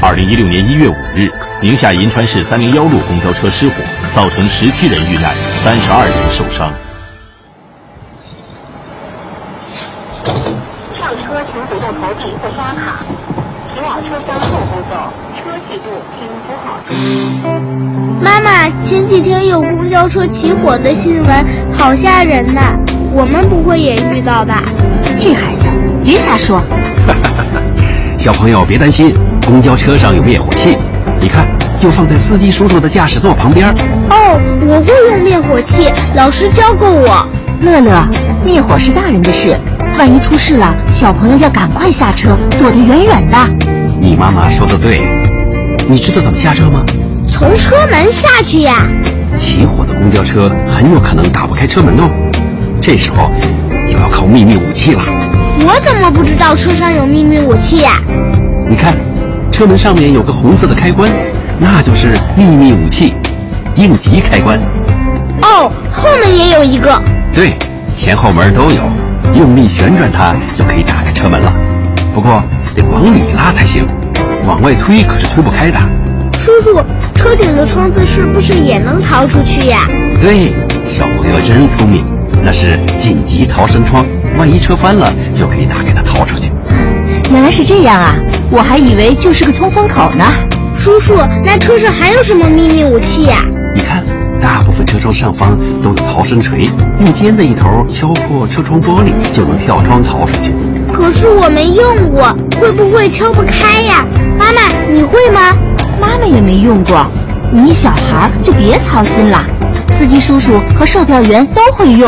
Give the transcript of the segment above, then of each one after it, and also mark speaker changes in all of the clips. Speaker 1: 二零一六年一月五日，宁夏银川市三零幺路公交车失火，造成十七人遇难，三十二人受伤。
Speaker 2: 上车请主动投币或刷卡，请往车厢后部走，车距度请扶好
Speaker 3: 妈妈，前几天有公交车起火的新闻，好吓人呐！我们不会也遇到吧？
Speaker 4: 这孩子别瞎说。
Speaker 1: 小朋友别担心，公交车上有灭火器，你看，就放在司机叔叔的驾驶座旁边。
Speaker 3: 哦，我会用灭火器，老师教过我。
Speaker 4: 乐乐，灭火是大人的事，万一出事了，小朋友要赶快下车，躲得远远的。
Speaker 1: 你妈妈说的对，你知道怎么下车吗？
Speaker 3: 从车门下去呀、
Speaker 1: 起火的公交车很有可能打不开车门哦，这时候就要靠秘密武器了。
Speaker 3: 我怎么不知道车上有秘密武器呀、
Speaker 1: 你看，车门上面有个红色的开关，那就是秘密武器，应急开关。
Speaker 3: 哦，后面也有一个。
Speaker 1: 对，前后门都有，用力旋转它就可以打开车门了。不过得往里拉才行，往外推可是推不开的。
Speaker 3: 叔叔，车顶的窗子是不是也能逃出去呀、
Speaker 1: 对，小朋友真聪明，那是紧急逃生窗，万一车翻了就可以打开它逃出去。
Speaker 4: 原来是这样啊，我还以为就是个通风口呢。
Speaker 3: 叔叔，那车上还有什么秘密武器呀、
Speaker 1: 你看，大部分车窗上方都有逃生锤，用尖的一头敲破车窗玻璃，就能跳窗逃出去。
Speaker 3: 可是我没用过，会不会敲不开呀、妈妈，你会吗？
Speaker 4: 妈妈也没用过，你小孩儿就别操心了。司机叔叔和售票员都会用。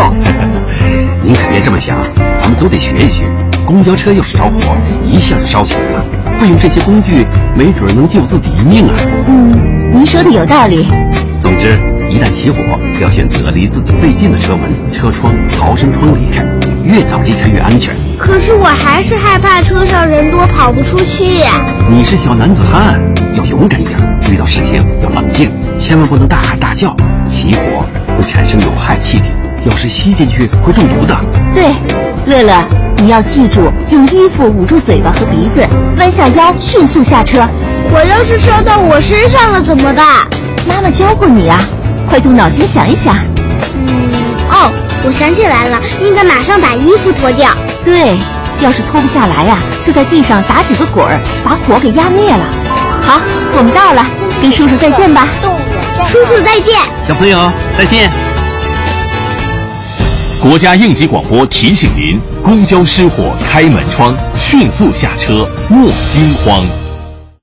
Speaker 1: 您可别这么想，咱们都得学一学。公交车要是着火，一下就烧起来了，会用这些工具，没准能救自己一命啊。
Speaker 4: 嗯，您说的有道理。
Speaker 1: 总之，一旦起火，要选择离自己最近的车门、车窗、逃生窗离开，越早离开越安全。
Speaker 3: 可是我还是害怕车上人多跑不出去呀、
Speaker 1: 你是小男子汉，要勇敢一点，遇到事情要冷静，千万不能大喊大叫。起火会产生有害气体，要是吸进去会中毒的。
Speaker 4: 对，乐乐，你要记住用衣服捂住嘴巴和鼻子，弯下腰，迅速下车。
Speaker 3: 我要是烧到我身上了怎么办？
Speaker 4: 妈妈教过你啊，快动脑筋想一想。
Speaker 3: 哦，我想起来了，应该马上把衣服脱掉。
Speaker 4: 对，要是脱不下来呀、啊就在地上打几个滚儿，把火给压灭了。好，我们到了，跟叔叔再见吧。
Speaker 3: 叔叔再见。
Speaker 1: 小朋友，再见。国家应急广播提醒您：公交失火，开门窗，迅速下车，莫惊慌。